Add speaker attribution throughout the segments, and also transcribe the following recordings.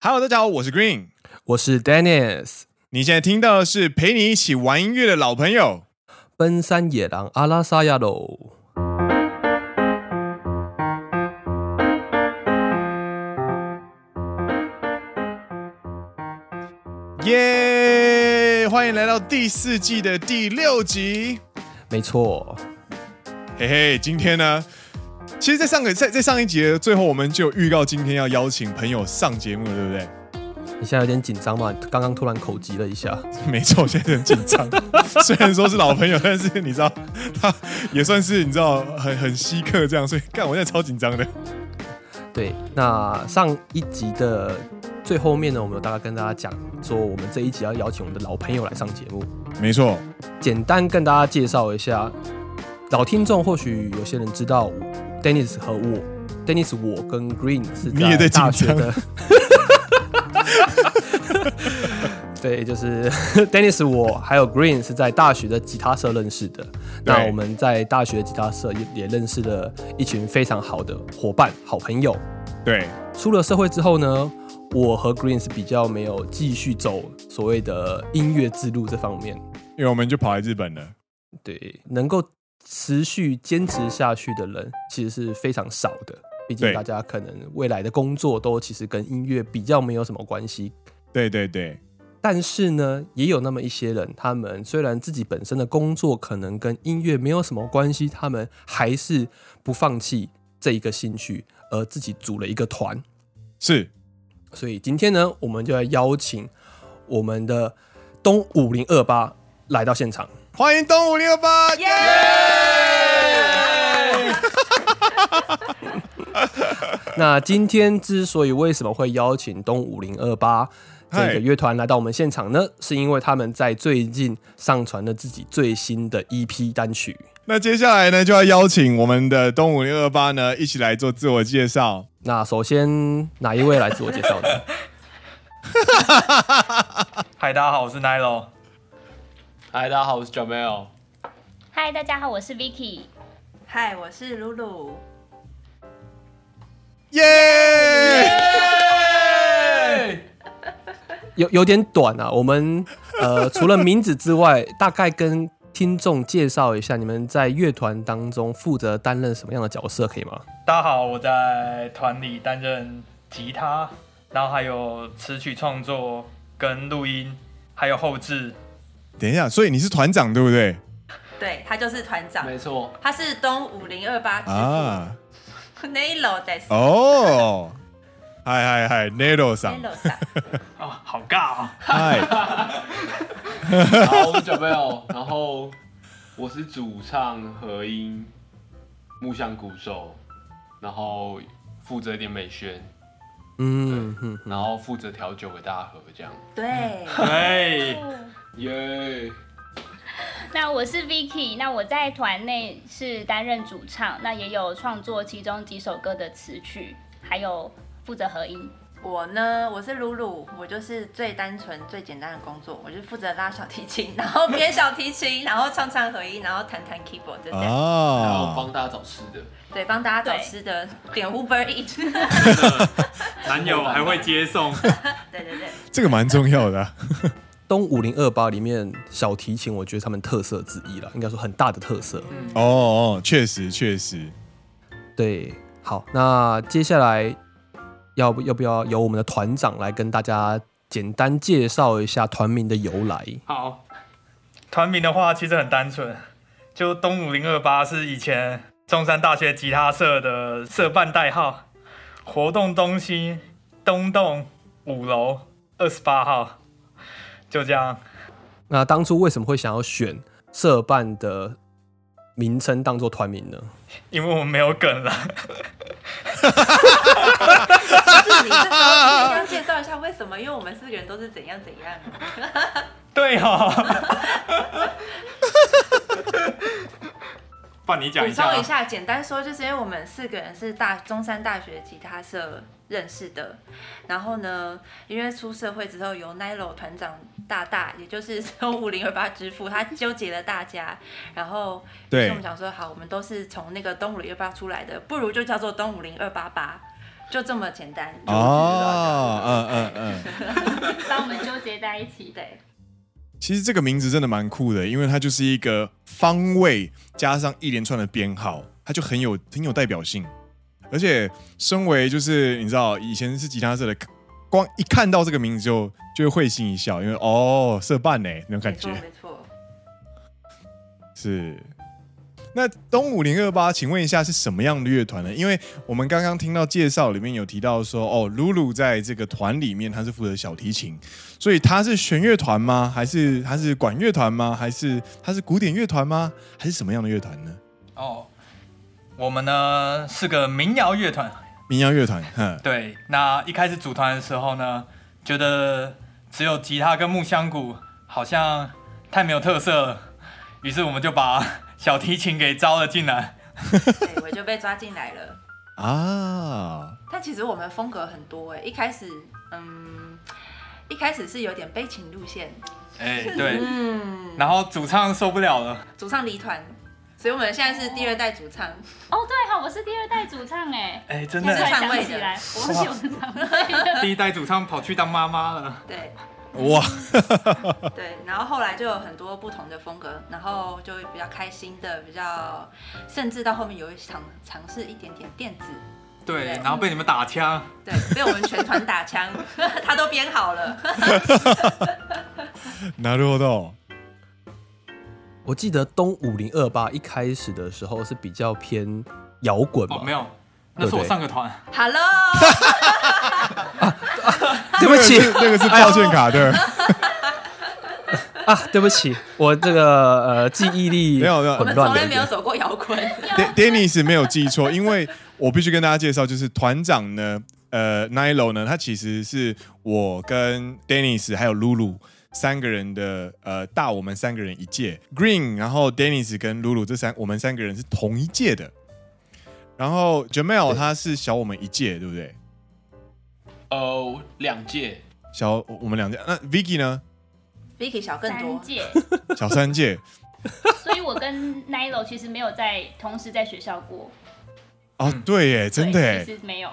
Speaker 1: Hello，大家好，我是 Green。
Speaker 2: 我是 Dennis，
Speaker 1: 你现在听到的是陪你一起玩音乐的老朋友。
Speaker 2: 奔山野狼阿拉萨亚喽。
Speaker 1: 耶、欢迎来到第四季的第六集。
Speaker 2: 没错，
Speaker 1: 嘿嘿，今天呢，其实，在上个在在上一集的最后，我们就有预告今天要邀请朋友上节目了，对不 对？
Speaker 2: 你现在有点紧张嘛？刚刚突然口急了一下，
Speaker 1: 没错，我现在很紧张。 虽然说是老朋友，但是你知道， 他也算是你知道很很稀客这样，所以干我现在超紧张的。
Speaker 2: 对，那上一集的最后面呢，我们有大概跟大家讲说，我们这一集要邀请我们的老朋友来上节目，
Speaker 1: 没错，
Speaker 2: 简单跟大家介绍一下。老听众或许有些人知道，Dennis 和我，Dennis 我跟 Green 是
Speaker 1: 你也在
Speaker 2: 在大
Speaker 1: 紧
Speaker 2: 学
Speaker 1: 张
Speaker 2: 的。 对，就是 Dennis 我还有 Green 是在大学的吉他社认识的。那我们在大学的吉他社也也认识了一群非常好的伙伴、好朋友。
Speaker 1: 对，
Speaker 2: 出了社会之后呢，我和 Green 是比较没有继续走所谓的音乐之路这方面。
Speaker 1: 因为我们就跑来日本了。
Speaker 2: 对，能够持续坚持下去的人其实是非常少的。毕竟
Speaker 1: 对
Speaker 2: 大家可能未来的工作都其实跟音乐比较没有什么关系，
Speaker 1: 对对对，
Speaker 2: 但是呢，也有那么一些人，他们虽然自己本身的工作可能跟音乐没有什么关系，他们还是不放弃这一个兴趣，而自己组了一个团。
Speaker 1: 是
Speaker 2: 所以今天呢，我们就要邀请我们的东五零二八来到现场。
Speaker 1: 欢迎东五六八，耶！
Speaker 2: 那今天之所以为什么会邀请东五零二八这
Speaker 1: 嗨
Speaker 2: 个乐团来到我们现场呢？是因为他们在最近上传了自己最新的 EP 单曲。
Speaker 1: 那接下来呢，就要邀请我们的东五零二八呢，一起来做自我介绍。
Speaker 2: 那首先哪一位来自我介绍呢？
Speaker 3: 嗨，大家好，我是 Nilo。
Speaker 4: 嗨，大家好，我是 Jamel。
Speaker 5: 嗨，大家好，我是 Vicky。
Speaker 6: 嗨，我是露露。
Speaker 1: 耶、
Speaker 2: 有有点短啊。我们呃，除了名字之外，大概跟听众介绍一下，你们在乐团当中负责担任什么样的角色，可以吗？
Speaker 3: 大家好，我在团里担任吉他，然后还有词曲创作、跟录音，还有后置。
Speaker 1: 等一下，所以你是团长对不对？
Speaker 6: 对他就是团长，
Speaker 4: 没错，
Speaker 6: 他是东五零二八之
Speaker 1: 啊，
Speaker 6: 父 Nelo des
Speaker 1: 哦，嗨嗨嗨，Nero 桑，
Speaker 6: Nelo 桑，
Speaker 3: 哦，好尬哦！
Speaker 1: 嗨，
Speaker 4: 好，我是 Jamel，然后哦我是主唱和音，木像鼓手，然后负责一点美宣，
Speaker 2: 嗯哼，
Speaker 4: 然后负责调酒给大家喝，这样。
Speaker 6: 对，
Speaker 3: 对，
Speaker 4: 耶、
Speaker 5: 那我是 Vicky，那我在团内是担任主唱，那也有创作其中几首歌的词曲，还有负责合音。
Speaker 6: 我呢，我是露露，我就是最单纯、最简单的工作，我就负责拉小提琴， 然后编小提琴，然后唱唱合音，然后弹弹 keyboard，就这样。
Speaker 4: 然后帮
Speaker 1: 啊，
Speaker 4: 大家找吃的，
Speaker 6: 对，帮大家找
Speaker 5: 对
Speaker 6: 吃的，点 Uber Eat。
Speaker 3: 男友还会接 送。
Speaker 6: 对对 对，
Speaker 1: 这个蛮重要的啊、
Speaker 2: 东五零二八里面小提琴，我觉得他们特色之一了，应该说很大的特色。
Speaker 1: 哦哦，确实确实，
Speaker 2: 对，好，那接下来要不要不要由我们的团长来跟大家简单介绍一下团名的由来？
Speaker 3: 好，团名的话其实很单纯，就东五零二八是以前中山大学吉他社的社办代号，活动中心东栋五楼二十八号，就这样。
Speaker 2: 那当初为什么会想要选社办的名称当做团名呢？
Speaker 3: 因为我没有梗了，
Speaker 6: 是你这时候一定要介绍一下为什么，因为我们四个人都是怎样怎样。
Speaker 3: 对 哦。换你讲
Speaker 6: 补
Speaker 3: 一下啊
Speaker 6: 充一，下，简单说，就是因为我们四个人是大中山大学吉他社认识的，然后呢，因为出社会之后，由 Nilo 团长大大，也就是 从五零二八之父，他纠结了大家，然后于是
Speaker 1: 对
Speaker 6: 我们想说，好，我们都是从那个东五零二八出来的，不如就叫做东五零二八八，就这么简单。
Speaker 1: 哦，嗯嗯
Speaker 5: 在一起。
Speaker 6: 对，
Speaker 1: 其实这个名字真的蛮酷的，因为它就是一个方位加上一连串的编号，它就很有很有代表性。而且，身为就是你知道以前是吉他社的，光一看到这个名字就就会会心一笑，因为哦社办呢那种
Speaker 6: 没
Speaker 1: 感
Speaker 6: 错
Speaker 1: 觉
Speaker 6: 没错。
Speaker 1: 是。那东五零二八，请问一下是什么样的乐团呢？因为我们刚刚听到介绍里面有提到说，哦，露露在这个团里面她是负责小提琴，所以她是弦乐团吗？还是她是管乐团吗？还是她是古典乐团吗？还是什么样的乐团呢？
Speaker 3: 哦，我们呢是个民谣乐团，
Speaker 1: 民谣乐团，哼，
Speaker 3: 对，那一开始组团的时候呢，觉得只有吉他跟木箱鼓好像太没有特色了，于是我们就把小提琴给招了进来。
Speaker 6: 对，我就被抓进来了。
Speaker 1: 啊，
Speaker 6: 但其实我们风格很多哎、一开始，嗯，一开始是有点悲情路线，
Speaker 3: 哎，对，
Speaker 6: 嗯，
Speaker 3: 然后主唱受不了了，
Speaker 6: 主唱离团，所以我们现在是第二代主唱，
Speaker 5: 哦，对哈，我是第二代主唱哎，
Speaker 3: 哎，真
Speaker 5: 我突
Speaker 6: 是
Speaker 5: 然
Speaker 3: 的，
Speaker 6: 唱
Speaker 5: 想
Speaker 6: 位的
Speaker 5: 起来，我忘记我是唱位的。
Speaker 3: 第一代主唱跑去当妈妈了。
Speaker 6: 对
Speaker 1: 哇，
Speaker 6: 对，然后后来就有很多不同的风格，然后就比较开心的，比较，甚至到后面有一尝尝试一点点电子，
Speaker 3: 对，然后被你们打枪，
Speaker 6: 对，被我们全团打枪， 他都编好了，
Speaker 1: なるほど。
Speaker 2: 我记得东五零二八一开始的时候是比较偏摇滚嘛、
Speaker 3: 哦，没有，那是我上个团，
Speaker 6: Hello，
Speaker 2: 对不起
Speaker 1: 那个是那个是票券卡的，
Speaker 2: 啊，对不起，我这个呃记忆力
Speaker 1: 没有没有
Speaker 6: 我
Speaker 2: 混
Speaker 6: 们
Speaker 2: 乱
Speaker 6: 从
Speaker 2: 了
Speaker 6: 来
Speaker 2: 一
Speaker 6: 没有
Speaker 2: 点。
Speaker 6: 走过摇滚，
Speaker 1: Dan- Dennis 没有记错，因为我必须跟大家介绍，就是团长呢，呃，Nilo 呢，他其实是我跟 Dennis 还有露露三个人的，呃，大我们三个人一届，Green，然后 Dennis 跟露露这三我们三个人是同一届的，然后 Jamal 他是小我们一届，对不对？
Speaker 4: 呃，两届，
Speaker 1: 小我们两届，那 Vicky 呢？
Speaker 6: Vicky 小更
Speaker 5: 三
Speaker 6: 多，
Speaker 5: 届，
Speaker 1: 小三届
Speaker 5: 所以我跟 Nilo 其实没有在同时在学校过，
Speaker 1: 哦，对耶，真的
Speaker 5: 嗯对
Speaker 1: 耶，
Speaker 5: 其实没有，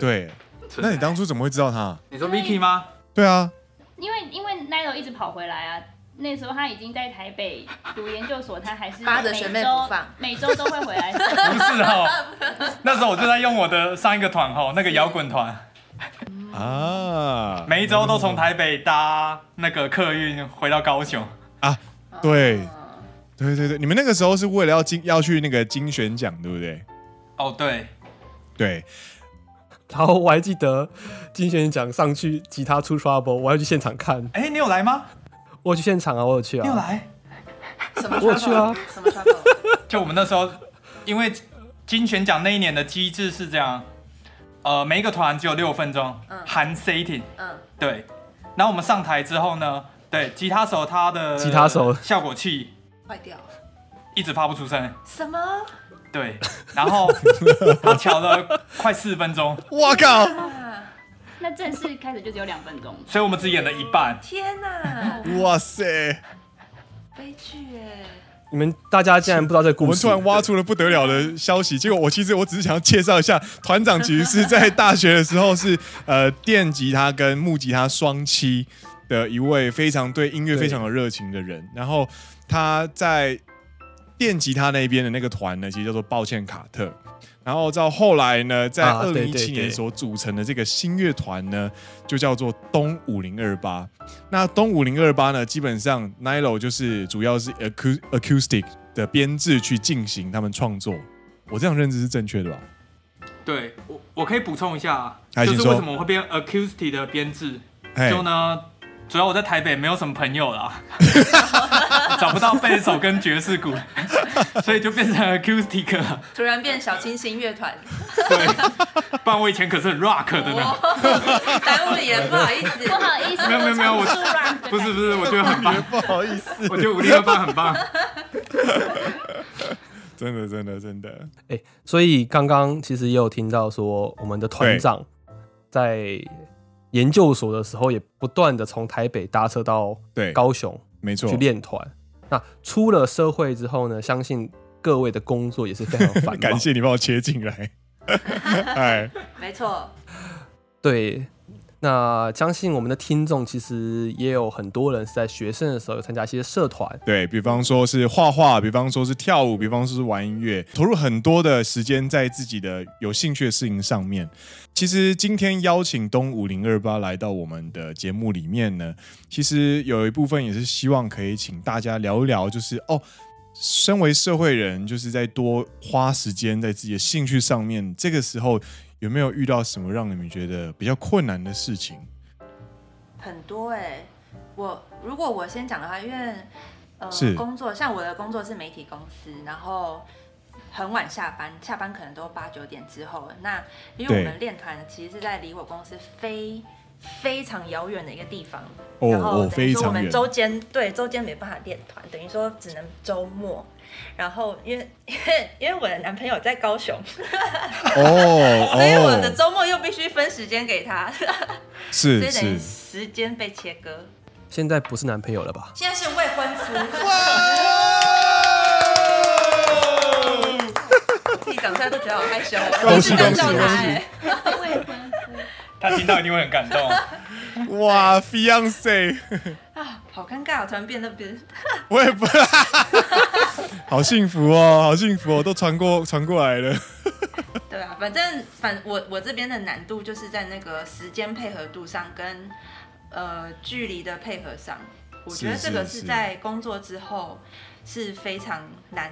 Speaker 1: 对。那你当初怎么会知道他？
Speaker 3: 你说 Vicky 吗？
Speaker 1: 对啊，
Speaker 5: 因为因为 Nilo 一直跑回来啊。那时候他已经在台北读研究所，他还是
Speaker 6: 扒着
Speaker 5: 每
Speaker 6: 学妹
Speaker 5: 周
Speaker 6: 不放
Speaker 5: 每周都会回来。
Speaker 3: 不是哦，那时候我就在用我的上一个团吼，那个摇滚团，
Speaker 1: 啊，
Speaker 3: 每一周都从台北搭那个客运回到高雄。
Speaker 1: 啊，对
Speaker 6: 嗯
Speaker 1: 对对对，你们那个时候是为了要金要去那个金选奖，对不对？
Speaker 3: 哦，对，
Speaker 1: 对，
Speaker 2: 然后我还记得金选奖上去吉他出 trouble，我要去现场看，
Speaker 3: 哎，你有来吗？
Speaker 2: 我有去现场啊，我有去
Speaker 3: 你有
Speaker 2: 啊，
Speaker 3: 来？
Speaker 6: 什么
Speaker 2: 我去啊
Speaker 6: trouble？什么 trouble？
Speaker 3: 就我们那时候，因为金选奖那一年的机制是这样，呃，每一个团只有六分钟，
Speaker 6: 嗯
Speaker 3: 含 setting，
Speaker 6: 嗯，
Speaker 3: 对。然后我们上台之后呢，对，吉他手他的
Speaker 2: 吉他手
Speaker 3: 效果器
Speaker 6: 坏掉了，
Speaker 3: 一直发不出声，
Speaker 6: 什么？
Speaker 3: 对。然后他调了快四分钟，
Speaker 1: 我靠，
Speaker 6: 啊
Speaker 5: 那正式开始就只有两分钟，
Speaker 3: 所以我们只演了一半。
Speaker 6: 天哪，
Speaker 1: 哇塞，
Speaker 6: 悲剧哎！
Speaker 2: 你们大家竟然不知道这个
Speaker 1: 我
Speaker 2: 故
Speaker 1: 们
Speaker 2: 事，
Speaker 1: 突然挖出了不得了的消息。结果我其实我只是想要介绍一下，团长其实是在大学的时候是呃电吉他跟木吉他双栖的一位非常对音乐
Speaker 2: 对
Speaker 1: 非常有热情的人。然后他在电吉他那边的那个团呢，其实叫做抱歉卡特。然后到后来呢，在
Speaker 2: 啊
Speaker 1: 二
Speaker 2: 对
Speaker 1: 零一
Speaker 2: 对
Speaker 1: 七年
Speaker 2: 对
Speaker 1: 所组成的这个新乐团呢，就叫做东五零二八。那东五零二八呢，基本上 Nilo 就是主要是 acu- acoustic 的编制去进行他们创作。我这样认知是正确的吧？
Speaker 3: 对我，我可以补充一下，啊
Speaker 1: 哎
Speaker 3: 就是
Speaker 1: 请说
Speaker 3: 为什么我会变 acoustic 的编制，
Speaker 1: 哎
Speaker 3: 就呢，主要我在台北没有什么朋 友啦，找不到贝斯手跟爵士鼓， 所以就变成 acoustic 了。
Speaker 6: 突然变小清新乐团，
Speaker 3: 对，不然我以前可是很 rock 的呢。
Speaker 6: 哦，耽误你了，不好意
Speaker 5: 不
Speaker 6: 思。
Speaker 5: 好意思，
Speaker 3: 没有没有没有我
Speaker 5: 都唱不出 rap 的
Speaker 3: 不是
Speaker 5: 感
Speaker 3: 不
Speaker 5: 觉
Speaker 3: 是，我觉得很棒，
Speaker 1: 不好意思，
Speaker 3: 我觉得五六八很棒。
Speaker 1: 真的真的真的，
Speaker 2: 哎、所以刚刚其实也有听到说，我们的团长在研究所的时候，也不断的从台北搭车到
Speaker 1: 对，
Speaker 2: 高雄
Speaker 1: 没错
Speaker 2: 去，练团。那出了社会之后呢，相信各位的工作也是非常繁 忙。
Speaker 1: 感谢你帮我切进来。哎，
Speaker 6: 没错，
Speaker 2: 对，那相信我们的听众其实也有很多人是在学生的时候有参加一些社团，
Speaker 1: 对比方说是画画，比方说是跳舞，比方说是玩音乐，投入很多的时间在自己的有兴趣的事情上面。其实今天邀请东五零二八来到我们的节目里面呢，其实有一部分也是希望可以请大家聊一聊，就是哦，身为社会人，就是在多花时间在自己的兴趣上面，这个时候有没有遇到什么让你们觉得比较困难的事 情？
Speaker 6: 很多哎、我如果我先讲的话，因为呃
Speaker 1: 是
Speaker 6: 工作，像我的工作是媒体公司，然后很晚下班，下班可能都八九点之后了。那因为
Speaker 1: 对
Speaker 6: 我们练团其实是在离我公司非非常遥远的一个地方，
Speaker 1: 哦
Speaker 6: 然后
Speaker 1: 哦，
Speaker 6: 等于
Speaker 1: 非
Speaker 6: 说我
Speaker 1: 常
Speaker 6: 们
Speaker 1: 远，
Speaker 6: 周间对周间没办法练团，等于说只能周末。然后因为 因为因为我的男朋友在高雄，
Speaker 1: 哦
Speaker 6: 所以我的
Speaker 1: 哦，
Speaker 6: 周末又必须分时间 给他，所
Speaker 1: 是
Speaker 6: 以等于
Speaker 1: 是。
Speaker 6: 时间被切割。
Speaker 2: 现在不是男朋友了吧？
Speaker 6: 现在是未婚夫。自己讲出来都觉得好害羞哦，
Speaker 1: 恭喜
Speaker 6: 我是在
Speaker 1: 恭喜
Speaker 6: 叫他
Speaker 1: 恭喜
Speaker 6: 哎
Speaker 5: 未婚夫，
Speaker 3: 他听到一定会很感 动。
Speaker 1: 哇，fiance，
Speaker 6: 啊，好尴尬，我突然变那边，
Speaker 1: 我也不， 好幸福哦，好幸福哦，都传过传过来了。
Speaker 6: 对啊，反正反我我这边的难度就是在那个时间配合度上跟呃距离的配合上，我觉得
Speaker 1: 是
Speaker 6: 这个
Speaker 1: 是
Speaker 6: 是
Speaker 1: 是
Speaker 6: 在工作之后是非常难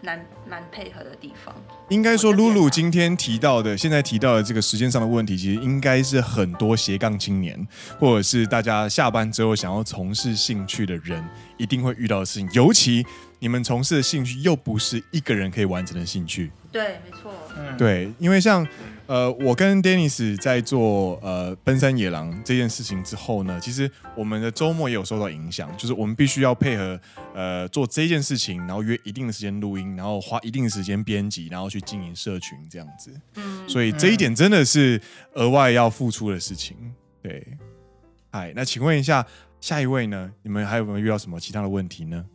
Speaker 6: 难蛮配合的地方。
Speaker 1: 应该说，
Speaker 6: 我的
Speaker 1: 露
Speaker 6: 天啊
Speaker 1: 露今天提到的，现在提到的这个时间上的问题，其实应该是很多斜杠青年，或者是大家下班之后想要从事兴趣的人，一定会遇到的事情。尤其你们从事的兴趣又不是一个人可以完成的兴趣，
Speaker 6: 对，没错，
Speaker 3: 嗯，
Speaker 1: 对，因为像呃，我跟 Dennis 在做呃奔山野狼这件事情之后呢，其实我们的周末也有受到影响，就是我们必须要配合呃做这件事情，然后约一定的时间录音，然后花一定的时间编辑，然后去经营社群这样子。
Speaker 6: 嗯，
Speaker 1: 所以这一点真的是额外要付出的事情。对，哎，那请问一下下一位呢？你们还有没有遇到什么其他的问题呢？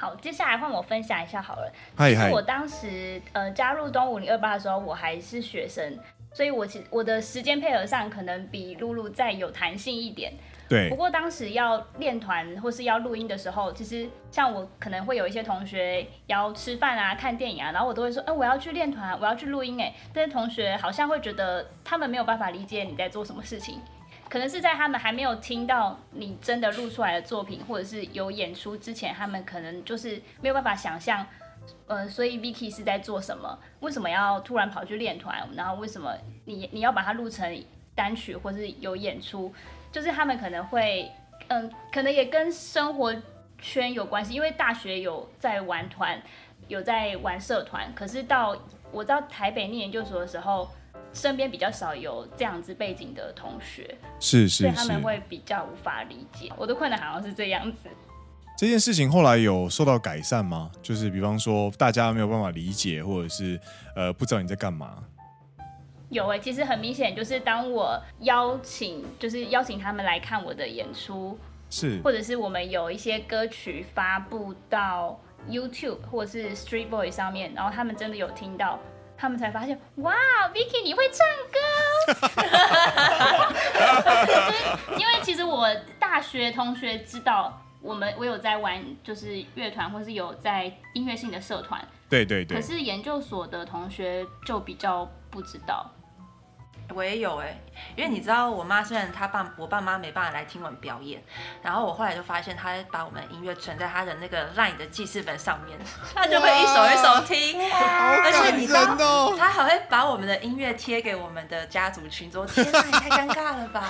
Speaker 5: 好，接下来换我分享一下好了。
Speaker 1: 嗨
Speaker 5: 其实
Speaker 1: 嗨
Speaker 5: 我，当时呃加入东五零二八的时候，我还是学生，所以我其我的时间配合上可能比露露再有弹性一点。
Speaker 1: 对
Speaker 5: 不，过当时要练团或是要录音的时候，其实像我可能会有一些同学要吃饭啊、看电影啊，然后我都会说，哎、我要去练团，我要去录音、哎，但是同学好像会觉得他们没有办法理解你在做什么事情，可能是在他们还没有听到你真的录出来的作品，或者是有演出之前，他们可能就是没有办法想象。呃，所以 Vicky 是在做什么？为什么要突然跑去练团？然后为什么你你要把它录成单曲或是有演出？就是他们可能会，嗯，可能也跟生活圈有关系，因为大学有在玩团，有在玩社团，可是到我到台北念研究所的时候，身边比较少有这样子背景的同学，
Speaker 1: 是
Speaker 5: 所以
Speaker 1: 是
Speaker 5: 他
Speaker 1: 是
Speaker 5: 们。会比较无法理解。我的困难好像是这样子，
Speaker 1: 这件事情后来有受到改善吗？就是比方说大家没有办法理解，或者是呃不知道你在干嘛。
Speaker 5: 有诶、其实很明显，就是当我邀请，就是邀请他们来看我的演出，
Speaker 1: 是
Speaker 5: 或者是我们有一些歌曲发布到 YouTube 或是 Street Boy 上面，然后他们真的有听到，他们才发现，哇，Vicky 你会唱歌，哦 就是因为其实我大学同学知道我们我有在玩就是乐团或是有在音乐性的社团，
Speaker 1: 对对
Speaker 5: 可
Speaker 1: 对，
Speaker 5: 是研究所的同学就比较不知道，
Speaker 6: 我也有哎、因为你知道，我妈虽然她爸我爸妈没办法来听我们表演，然后我后来就发现她把我们音乐存在她的那个 LINE 的记事本上面， 她就会一首一首听，而且你知道
Speaker 1: 感人哦
Speaker 6: 她还会把我们的音乐贴给我们的家族群说：“天哪，你太尴尬了 吧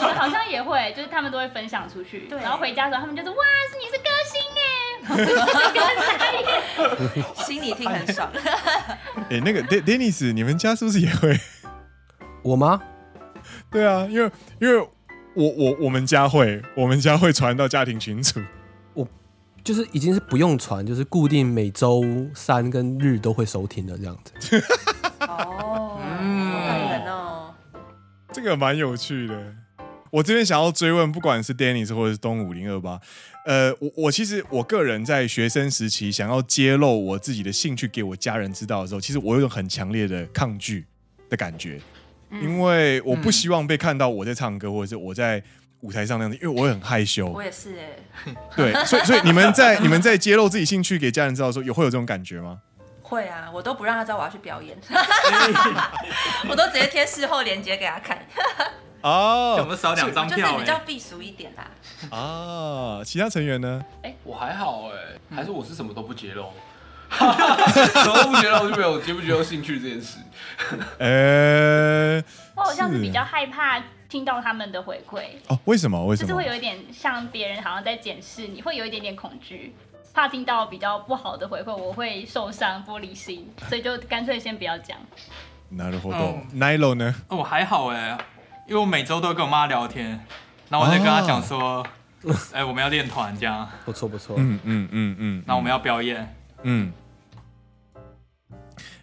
Speaker 5: 我 们好像也会，就是他们都会分享出去，
Speaker 6: 对
Speaker 5: 然后回家的时候他们就说，哇，是你是歌星哎，我是歌星。！”
Speaker 6: 心里听很爽。
Speaker 1: 哎，那个 Den- Dennis，你们家是不是也会？
Speaker 2: 我吗？
Speaker 1: 对啊，因为因为我我我们家会，我们家会传到家庭群组。
Speaker 2: 就是已经是不用传，就是固定每周三跟日都会收听的这样子。
Speaker 6: 哦，
Speaker 3: 嗯
Speaker 6: 好感人哦。
Speaker 1: 这个蛮有趣的。我这边想要追问，不管是 Dennis 或者是东五零二八，呃，我我其实我个人在学生时期想要揭露我自己的兴趣给我家人知道的时候，其实我有一种很强烈的抗拒的感觉，
Speaker 5: 嗯
Speaker 1: 因为我不希望被看到我在唱歌，或者是我在舞台上那样子，因为我会很害羞
Speaker 6: 我。也是哎，
Speaker 1: 对，所以所以你们 在你们在揭露自己兴趣给家人知道的时候，有会有这种感觉吗？
Speaker 6: 会啊，我都不让他知道我要去表演， 我都直接贴事后链接给他看，
Speaker 3: 我
Speaker 1: 哦
Speaker 3: 们少两张
Speaker 6: 就是
Speaker 3: 票
Speaker 6: 比
Speaker 3: 哎
Speaker 6: 较。避俗一点啦。
Speaker 1: 啊，其他成员呢？
Speaker 4: 我还好哎、还是我是什么都不揭露， 什么都不揭露就没有揭不揭露兴趣这件事。
Speaker 1: 呃、
Speaker 5: 我好像是
Speaker 1: 是
Speaker 5: 比较害怕听到他们的回馈，
Speaker 1: 哦，为什么？为
Speaker 5: 就
Speaker 1: 什
Speaker 5: 是
Speaker 1: 么
Speaker 5: 会？有一点像别人好像在检视你，会有一点点恐惧，怕听到比较不好的回馈，我会受伤玻璃心，所以就干脆先不要讲。
Speaker 1: なるほど。Nilo
Speaker 4: 嗯
Speaker 1: 呢？
Speaker 3: 哦，我还好哎，因为我每周都跟我妈聊天，然后我就跟她讲说，
Speaker 1: 哦
Speaker 3: 哎，我们要练团这样，
Speaker 2: 不错不错，
Speaker 1: 嗯嗯嗯嗯。
Speaker 3: 那我们要表演。
Speaker 1: 嗯，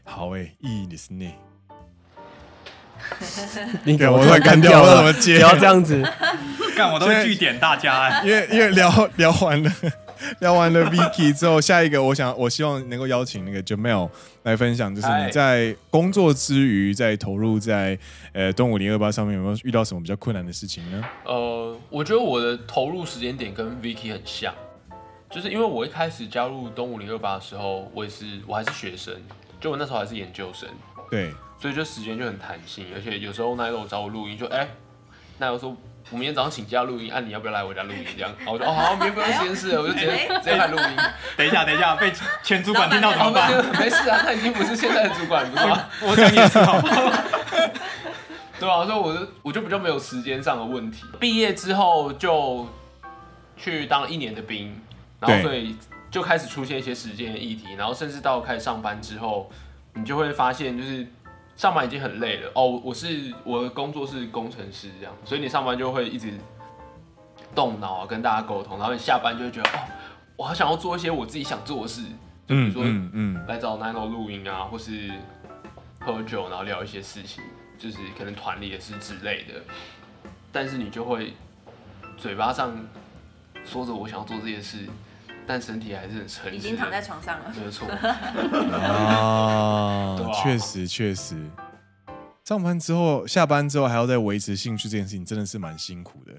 Speaker 1: 好欸诶、いいですね。
Speaker 2: 你
Speaker 1: 对
Speaker 2: 怎么
Speaker 1: 我
Speaker 2: 突
Speaker 1: 快
Speaker 2: 然
Speaker 1: 干
Speaker 2: 干
Speaker 1: 掉
Speaker 2: 掉
Speaker 1: 了
Speaker 2: 了，
Speaker 1: 我怎么接
Speaker 2: 不要这样子，
Speaker 3: 干，我都
Speaker 1: 现
Speaker 3: 会
Speaker 1: 在
Speaker 3: 据点大家 哎。
Speaker 1: 因为因为聊聊完了， 聊完 了 Vicky 之后，下一个我想我希望能够邀请那个 Jamel 来分享，就是
Speaker 4: 嗨
Speaker 1: 你在工作之余，在投入在呃东五零二八上面有没有遇到什么比较困难的事情呢？
Speaker 4: 呃，我觉得我的投入时间点跟 Vicky 很像，就是因为我一开始加入东五零二八的时候，我也是我还是学生，就我那时候还是研究生，
Speaker 1: 对，
Speaker 4: 所以就时间就很弹性，而且有时候 Nilo 找我录音，就哎、奈 n i l o 说我明天早上请假录音，啊你要不要来我家录音这样，然后我就哦好，明天不用实验室了，我就直接直接来录音。
Speaker 3: 等一下，等一下，被前主管听到怎
Speaker 4: 好，
Speaker 3: 么办？
Speaker 4: 没没事啊，他已经不是现在的主管，不是吗？
Speaker 3: 我讲也是好不好。
Speaker 4: 对啊，所以我就我就比较没有时间上的问题。毕业之后就去当了一年的兵，然
Speaker 1: 对
Speaker 4: 后所以就开始出现一些时间的议题，然后甚至到开始上班之后，你就会发现就是上班已经很累了哦。我是我的工作是工程师这样，所以你上班就会一直动脑啊，跟大家沟通，然后你下班就会觉得哦，我好想要做一些我自己想做的事，就比如
Speaker 1: 嗯
Speaker 4: 说
Speaker 1: 嗯嗯，
Speaker 4: 来找 Nino 录音啊，或是喝酒，然后聊一些事情，就是可能团里也是之类的。但是你就会嘴巴上说着我想要做这些事，但身体还是很诚实。
Speaker 6: 已经躺在床上了，
Speaker 4: 没有错，
Speaker 1: 啊
Speaker 4: 对啊，
Speaker 1: 确实确实，上班之后、下班之后还要再维持兴趣这件事情，真的是蛮辛苦的。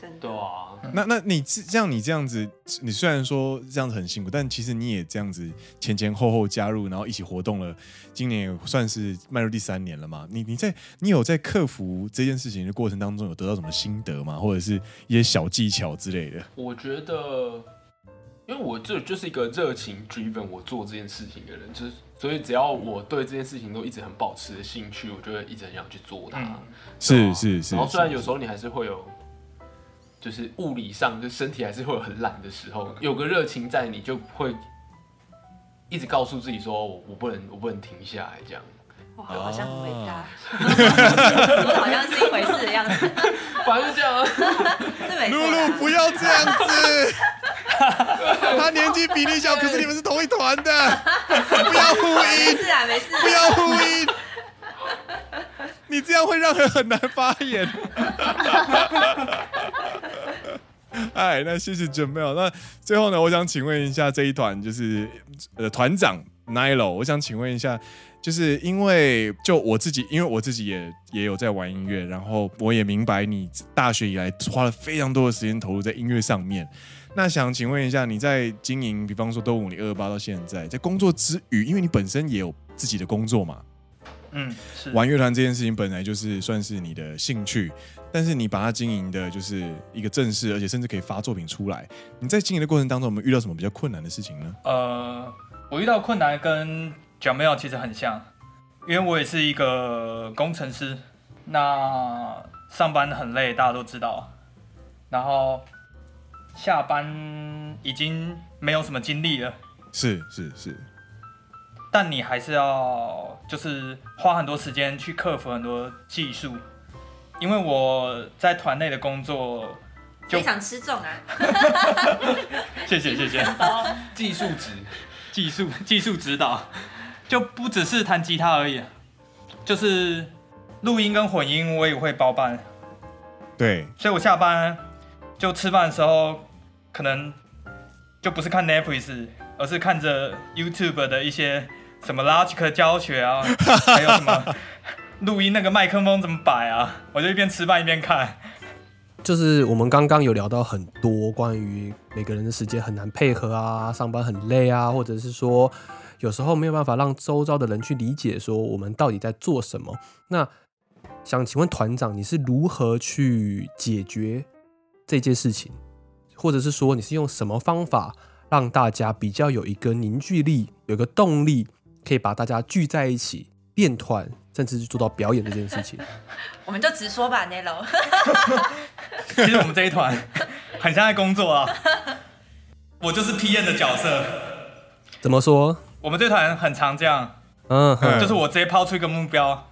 Speaker 6: 真的
Speaker 4: 对。啊，
Speaker 1: 那那你是像你这样子，你虽然说这样子很辛苦，但其实你也这样子前前后后加入，然后一起活动了，今年也算是迈入第三年了嘛。你你在你有在克服这件事情的过程当中，有得到什么心得吗？或者是一些小技巧之类的？
Speaker 4: 我觉得，因为我这就是一个热情 driven 我做这件事情的人，就是所以只要我对这件事情都一直很保持着兴趣，我就会一直很想去做它。
Speaker 3: 嗯
Speaker 1: 是是是
Speaker 4: 哦然，后虽然有时候你还是会有，就是物理上，就身体还是会有很懒的时
Speaker 1: 嗯
Speaker 4: 候，有个热情在，你就会一直告诉自己说，我我不能，我不能停下来这样。
Speaker 6: 哇，好像很伟大， 说的好像是一回事的样子，
Speaker 4: 反正就这样啊，
Speaker 6: 是没
Speaker 1: 露
Speaker 6: 错
Speaker 1: 露
Speaker 6: 啊。
Speaker 1: 不要这样子， 他年纪比你小，可是你们是同一团的，不要呼应
Speaker 6: 没。事啊，没事啊。
Speaker 1: 不要呼应，你这样会让人很难发言。哎，那谢谢 Jamel。那最后呢，我想请问一下这一团就是呃团长 Nilo，我想请问一下，就是因为就我自己，因为我自己也也有在玩音乐，然后我也明白你大学以来花了非常多的时间投入在音乐上面。那想请问一下，你在经营，比方说都五零二八到现在，在工作之余，因为你本身也有自己的工作嘛，
Speaker 3: 嗯，是。
Speaker 1: 玩乐团这件事情本来就是算是你的兴趣，但是你把它经营的就是一个正式，而且甚至可以发作品出来。你在经营的过程当中，有没有遇到什么比较困难的事情呢？
Speaker 3: 呃，我遇到困难跟呃 Jamel 其实很像，因为我也是一个工程师，那上班很累，大家都知道，然后下班已经没有什么精力了，
Speaker 1: 是是是，
Speaker 3: 但你还是要就是花很多时间去克服很多技术，因为我在团内的工作，就
Speaker 6: 非常吃重啊，
Speaker 3: 谢谢谢谢。
Speaker 4: 技术值，
Speaker 3: 技术技术指导，就不只是弹吉他而已，就是录音跟混音我也会包办，
Speaker 1: 对，
Speaker 3: 所以我下班就吃饭的时候，可能就不是看 Netflix，而是看着 YouTube 的一些什么 Logic 教学啊，还有什么录音那个麦克风怎么摆啊，我就一边吃饭一边看。
Speaker 2: 就是我们刚刚有聊到很多关于每个人的时间很难配合啊，上班很累啊，或者是说有时候没有办法让周遭的人去理解说我们到底在做什么。那想请问团长，你是如何去解决这件事情，或者是说你是用什么方法让大家比较有一个凝聚力，有一个动力，可以把大家聚在一起练团，甚至是做到表演这件事情？
Speaker 6: 我们就直说吧，Nelo。
Speaker 3: 其实我们这一团很像在工作啊，我就是 P N 的角色。
Speaker 2: 怎么说？
Speaker 3: 我们这团很常这样，
Speaker 2: 嗯，
Speaker 1: 嗯
Speaker 3: 就是我直接抛出一个目标，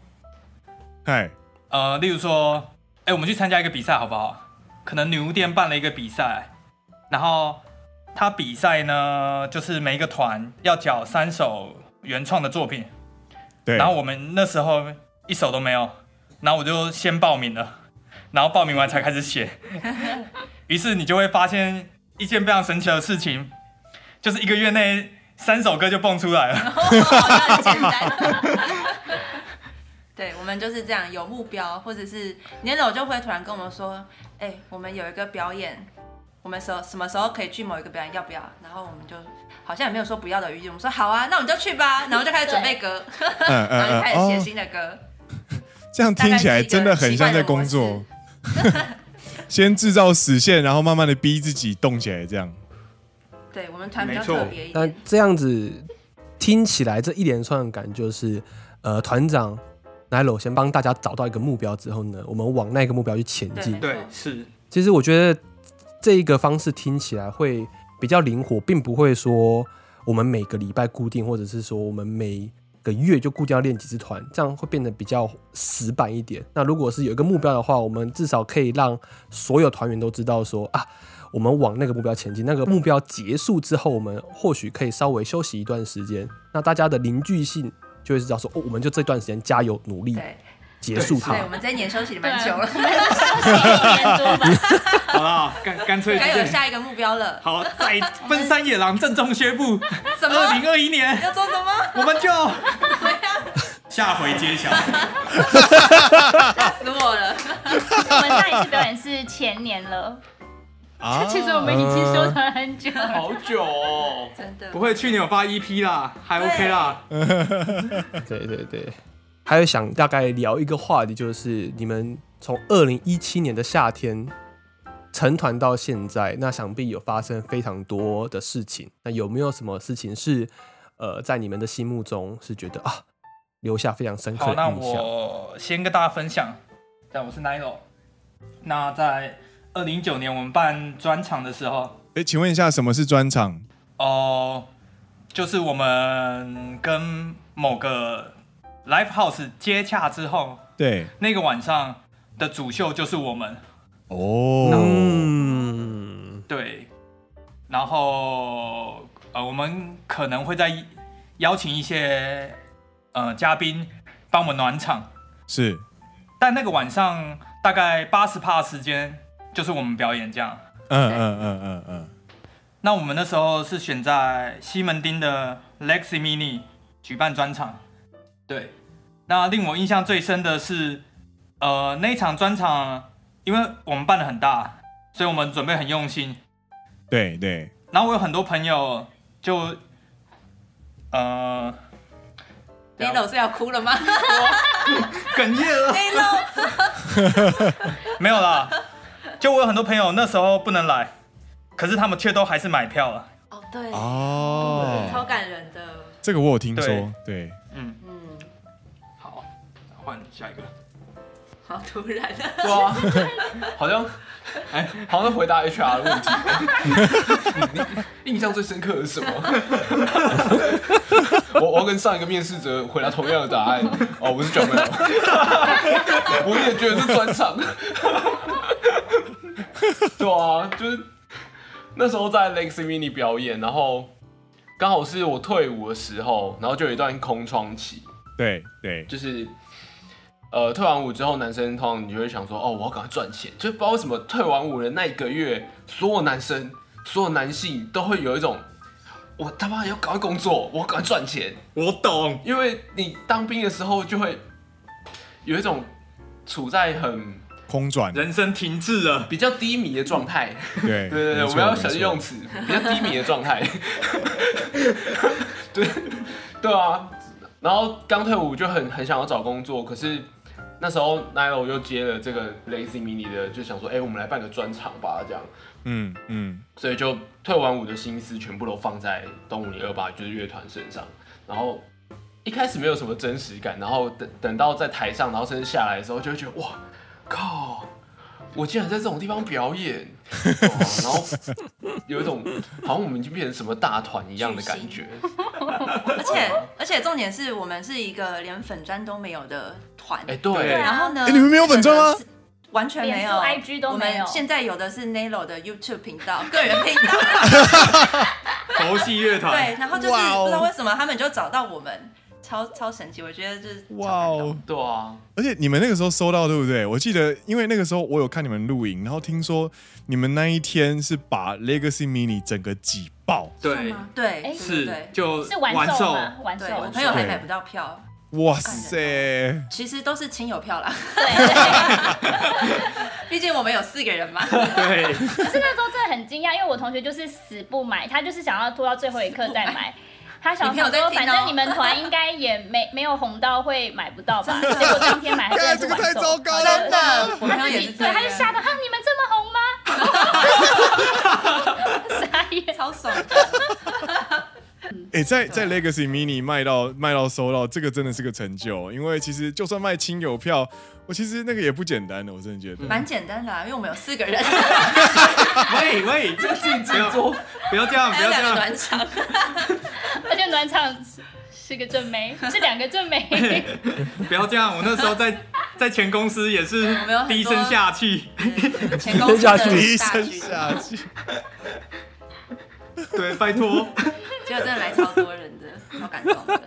Speaker 1: 嗨，
Speaker 3: 呃，例如说，哎、我们去参加一个比赛好不好？可能女巫店办了一个比赛，然后他比赛呢，就是每一个团要缴三首原创的作品，
Speaker 1: 对，
Speaker 3: 然后我们那时候一首都没有，然后我就先报名了，然后报名完才开始 写。于是你就会发现一件非常神奇的事情，就是一个月内三首歌就蹦出来了。
Speaker 6: 好像很简单。 对，我们就是这样，有目标，或者是年老就会突然跟我们说，哎、我们有一个表演，我们什什么时候可以去某一个表演，要不要？然后我们就好像也没有说不要的余地，我们说好啊，那我们就去吧，然后就开始准备歌，
Speaker 1: 嗯
Speaker 6: 然后就
Speaker 1: 嗯
Speaker 6: 开始写
Speaker 1: 嗯，哦，
Speaker 6: 新的歌，
Speaker 1: 这样听起来真的很像在工作。先制造死线，然后慢慢的逼自己动起来，这 样。
Speaker 6: 对我们团比较
Speaker 4: 没错
Speaker 6: 特别一
Speaker 2: 但
Speaker 6: 点，
Speaker 2: 这样子听起来，这一连串的感觉就是，呃，团长奶楼先帮大家找到一个目标之后呢，我们往那个目标去前进
Speaker 6: 对。对
Speaker 3: 是
Speaker 2: 其实我觉得这一个方式听起来会比较灵活，并不会说我们每个礼拜固定，或者是说我们每个月就固定要练几支团，这样会变得比较死板一点。那如果是有一个目标的话，我们至少可以让所有团员都知道说啊，我们往那个目标前进。那个目标结束之后，我们或许可以稍微休息一段时间，那大家的凝聚性就会知道说哦，我们就这段时间加油努力
Speaker 6: 对
Speaker 2: 结束它
Speaker 6: 对，。我们这一年休息蛮久了，
Speaker 5: 哎一年多吧，
Speaker 3: 好啦，啊干干 脆
Speaker 6: 该有下一个目标了，
Speaker 3: 好，再奔山野狼郑重宣 布，
Speaker 6: 什
Speaker 3: 二
Speaker 6: 么
Speaker 3: 零二一年
Speaker 6: 要做什么？
Speaker 3: 我们就 下回揭晓。
Speaker 6: 吓死我了！
Speaker 5: 我们上一次表演是前年了，
Speaker 1: 啊，
Speaker 5: 其实我们已经休团很久了。
Speaker 4: 好久哦。
Speaker 6: 真的
Speaker 3: 不，会，去年有发 EP 啦，还 OK 啦。
Speaker 2: 对对对，还有想大概聊一个话题，就是你们从二零一七年的夏天成团到现在，那想必有发生非常多的事情。那有没有什么事情是呃，在你们的心目中是觉得啊，留下非常深刻
Speaker 3: 好，那
Speaker 2: 的印象？
Speaker 3: 我先跟大家分享，但我是 Nilo。那在二零一九年我们办专场的时候，
Speaker 1: 哎，请问一下，什么是专场？
Speaker 3: 哦、就是我们跟某个 Live House 接洽之后，
Speaker 1: 对，
Speaker 3: 那个晚上的主秀就是我们，
Speaker 1: 哦，
Speaker 2: 嗯，
Speaker 3: 对。然后呃，我们可能会再邀请一些呃嘉宾帮我们暖场。
Speaker 1: 是
Speaker 3: 但那个晚上大概八十趴时间就是我们表演这样。
Speaker 1: 嗯嗯嗯嗯嗯，
Speaker 3: 那我们那时候是选在西门町的 Lexi Mini 举办专场。对，那令我印象最深的是，呃，那一场专场，因为我们办的很大，所以我们准备很用心。
Speaker 1: 对对，
Speaker 3: 然后我有很多朋友就，呃，
Speaker 1: 啊
Speaker 6: n e 是要哭了吗
Speaker 3: 哽咽 了。
Speaker 6: n e
Speaker 3: 没有啦，就我有很多朋友那时候不能来，可是他们却都还是买票了。
Speaker 6: 哦，对，超
Speaker 1: 哦，
Speaker 6: 感人的。
Speaker 1: 这个我有听说，对，
Speaker 3: 嗯，
Speaker 6: 嗯，
Speaker 4: 好，
Speaker 3: 换下一个。
Speaker 6: 好突然啊！
Speaker 4: 对啊，好像，哎，好像在回答 HR 的问题。你印象最深刻的是什么？ 我我要跟上一个面试者回答同样的答案。哦，我是九妹。我也觉得是专场。对啊，就是那时候在 Lex Mini 表演，然后刚好是我退伍的时候，然后就有一段空窗期。
Speaker 1: 对对，
Speaker 4: 就是呃，退完伍之后，男生通常你就会想说，哦，我要赶快赚钱。就不知道为什么退完伍的那一个月，所有男生、所有男性都会有一种，我他妈要赶快工作，我要赶快赚钱。
Speaker 3: 我懂，
Speaker 4: 因为你当兵的时候就会，有一种处在很
Speaker 1: 空转，
Speaker 3: 人生停滞了，
Speaker 4: 比较低迷的状态。
Speaker 1: 对
Speaker 4: 对对对，
Speaker 1: 没
Speaker 4: 我
Speaker 1: 错
Speaker 4: 们要小心
Speaker 1: 没错
Speaker 4: 用词，比较低迷的状态。 对对啊，然后刚退伍就很很想要找工作，可是那时候 Nilo 又接了这个 Lazy Mini 的，就想说，哎、我们来办个专场吧，这样。
Speaker 1: 嗯嗯，
Speaker 4: 所以就退完伍的心思全部都放在东五零二八就是乐团身上，然后一开始没有什么真实感，然后等等到在台上，然后甚至下来的时候，就会觉得哇靠，我竟然在这种地方表演，哦、然后有一种好像我们已经变成什么大团一样的感觉，
Speaker 6: 而且而且重点是我们是一个连粉砖都没有的团，
Speaker 4: 哎、对，
Speaker 5: 对啊
Speaker 6: 然后呢？
Speaker 1: 哎你们没有粉专吗？
Speaker 6: 完全没有
Speaker 5: 脸书 IG 都没有
Speaker 6: 我们现在有的是 Nelo 的 YouTube 频道、 个人频道，
Speaker 3: 佛系乐团
Speaker 6: 对，，然后就是
Speaker 1: 哇哦
Speaker 6: 不知道为什么他们就找到我们，超超神奇，我觉得就是
Speaker 1: 哇
Speaker 6: 超感
Speaker 1: 哦
Speaker 6: 动！！
Speaker 4: 对啊，
Speaker 1: 而且你们那个时候收到对不对？我记得，因为那个时候我有看你们录影，然后听说你们那一天是把 Legacy Mini 整个挤爆，
Speaker 3: 对，
Speaker 6: 对，
Speaker 5: 哎
Speaker 6: 对对
Speaker 3: 是
Speaker 6: 对
Speaker 3: 就是玩
Speaker 5: 玩
Speaker 3: 售
Speaker 5: 售吗？玩
Speaker 6: 对
Speaker 5: 售，
Speaker 6: 我朋友还
Speaker 1: 对
Speaker 6: 买不到票，
Speaker 1: 哇塞！
Speaker 6: 其实都是亲友票啦，
Speaker 5: 对，
Speaker 6: 毕竟我们有四个人嘛。
Speaker 3: 对，
Speaker 5: 可是那时候真的很惊讶，因为我同学就是死不买，他就是想要拖到最后一刻再 买。他想
Speaker 6: 你朋友
Speaker 5: 说
Speaker 6: 在，听哦
Speaker 5: 反正你们团应该也没没有红到会买不到吧？结果当天买 还
Speaker 1: 看这
Speaker 5: 真的是
Speaker 1: 个
Speaker 5: 晚
Speaker 1: 太糟
Speaker 5: 售。
Speaker 1: 糕
Speaker 6: 真
Speaker 1: 了，
Speaker 6: 的，我朋
Speaker 5: 他自
Speaker 6: 友也
Speaker 5: 己
Speaker 6: 是这样
Speaker 5: 对，他就吓到，哈，你们这么红吗？ 傻眼。
Speaker 6: 超爽的。
Speaker 1: 哎、
Speaker 6: 啊
Speaker 1: 在在 Legacy Mini 卖到卖到收到，这个真的是个成就，因为其实就算卖亲友票，我其实那个也不简单的，我真的觉得。
Speaker 6: 蛮简单的、啊，因为我们有四个人，
Speaker 3: 喂喂，这自己做，不要这样，不
Speaker 6: 哦还有
Speaker 3: 要这
Speaker 6: 两个
Speaker 3: 样，
Speaker 6: 暖场，
Speaker 5: 而且暖场是个正妹， 是两个正妹。
Speaker 3: 不要这样，我那时候在 在前公司也是
Speaker 6: 们有很多
Speaker 3: 低声下气，
Speaker 6: 前公司的
Speaker 2: 下
Speaker 6: 大
Speaker 2: 去
Speaker 1: 低
Speaker 6: 局，
Speaker 1: 声下气，
Speaker 3: 对，拜托，
Speaker 6: 结果真的来超多人的，超感动的。